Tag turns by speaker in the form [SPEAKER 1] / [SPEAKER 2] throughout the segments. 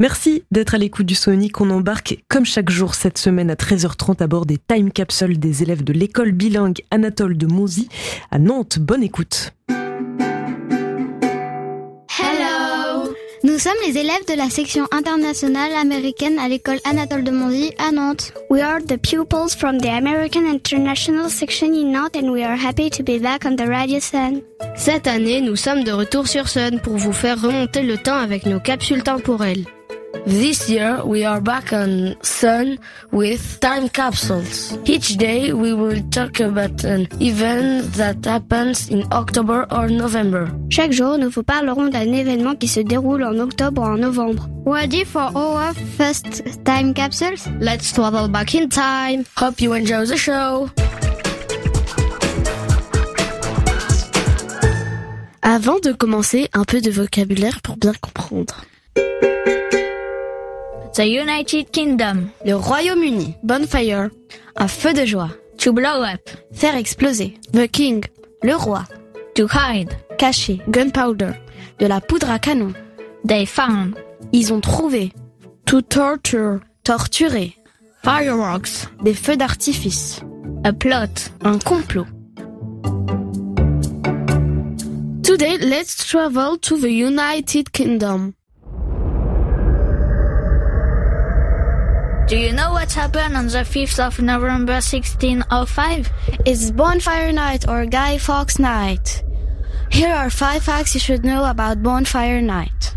[SPEAKER 1] Merci d'être à l'écoute du Sonic. On embarque, comme chaque jour cette semaine, à 13h30 à bord des Time Capsules des élèves de l'école bilingue Anatole de Monzy à Nantes. Bonne écoute.
[SPEAKER 2] Hello Nous sommes les élèves de la section internationale américaine à l'école Anatole de Monzy à Nantes.
[SPEAKER 3] We are the pupils from the American International section in Nantes and we are happy to be back on the Radio Sun.
[SPEAKER 4] Cette année, nous sommes de retour sur Sun pour vous faire remonter le temps avec nos capsules temporelles. This year, we are back on Sun with time capsules. Each day, we will talk about an event that happens in October or November.
[SPEAKER 3] Chaque jour, nous vous parlerons d'un événement qui se déroule en octobre ou en novembre.
[SPEAKER 2] Ready for our first time capsules?
[SPEAKER 4] Let's travel back in time. Hope you enjoy the show.
[SPEAKER 5] Avant de commencer, un peu de vocabulaire pour bien comprendre.
[SPEAKER 6] The United Kingdom.
[SPEAKER 7] Le Royaume-Uni.
[SPEAKER 5] Bonfire,
[SPEAKER 7] Un feu de joie.
[SPEAKER 6] To blow up.
[SPEAKER 7] Faire exploser.
[SPEAKER 5] The King,
[SPEAKER 7] Le roi.
[SPEAKER 6] To hide.
[SPEAKER 7] Cacher.
[SPEAKER 5] Gunpowder,
[SPEAKER 7] De la poudre à canon.
[SPEAKER 6] They found.
[SPEAKER 7] Ils ont trouvé.
[SPEAKER 5] To Torture,
[SPEAKER 7] Torturé.
[SPEAKER 6] Fireworks.
[SPEAKER 7] Des feux d'artifice.
[SPEAKER 6] A plot.
[SPEAKER 7] Un complot.
[SPEAKER 5] Today, let's travel to the United Kingdom.
[SPEAKER 6] Do you know what happened on the 5th of November 1605?
[SPEAKER 3] It's Bonfire Night or Guy Fawkes Night. Here are five facts you should know about Bonfire Night.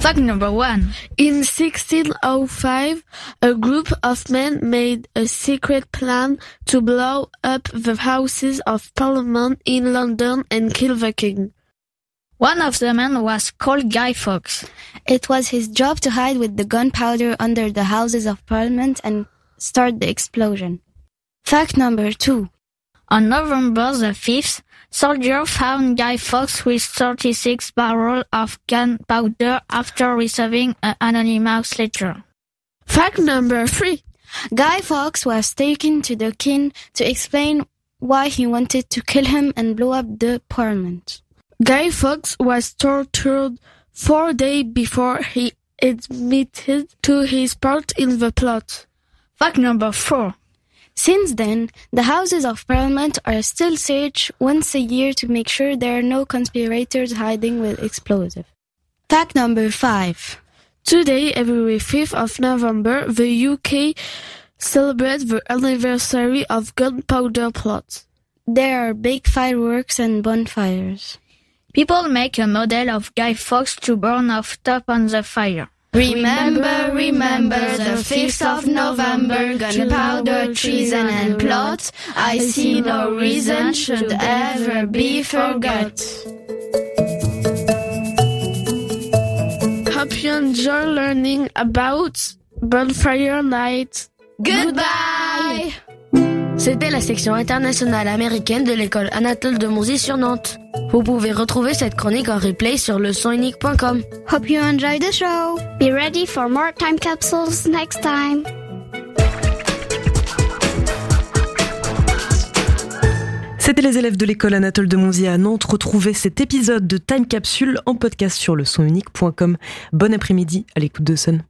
[SPEAKER 6] Fact number one.
[SPEAKER 5] In 1605, a group of men made a secret plan to blow up the Houses of Parliament in London and kill the king.
[SPEAKER 6] One of the men was called Guy Fawkes.
[SPEAKER 3] It was his job to hide with the gunpowder under the Houses of Parliament and start the explosion. Fact number two.
[SPEAKER 6] On November the 5th, soldiers found Guy Fawkes with 36 barrels of gunpowder after receiving an anonymous letter.
[SPEAKER 5] Fact number three.
[SPEAKER 3] Guy Fawkes was taken to the king to explain why he wanted to kill him and blow up the parliament.
[SPEAKER 5] Guy Fawkes was tortured four days before he admitted to his part in the plot.
[SPEAKER 6] Fact number four.
[SPEAKER 3] Since then, the Houses of Parliament are still searched once a year to make sure there are no conspirators hiding with explosive. Fact number five.
[SPEAKER 5] Today, every 5th of November, the UK celebrates the anniversary of gunpowder plot.
[SPEAKER 3] There are big fireworks and bonfires.
[SPEAKER 6] People make a model of Guy Fawkes to burn off top on the fire.
[SPEAKER 7] Remember, remember the 5th of November, gunpowder, treason and plot. I see no reason should ever be forgot.
[SPEAKER 5] Hope you enjoy learning about Bonfire Night.
[SPEAKER 7] Goodbye!
[SPEAKER 4] C'était la section internationale américaine de l'école Anatole de Monzy sur Nantes. Vous pouvez retrouver cette chronique en replay sur leçonunique.com.
[SPEAKER 2] Hope you enjoyed the show.
[SPEAKER 3] Be ready for more time capsules next time.
[SPEAKER 1] C'était les élèves de l'école Anatole de Monzy à Nantes. Retrouvez cet épisode de Time Capsule en podcast sur le sonunique.com. Bon après-midi à l'écoute de Sun.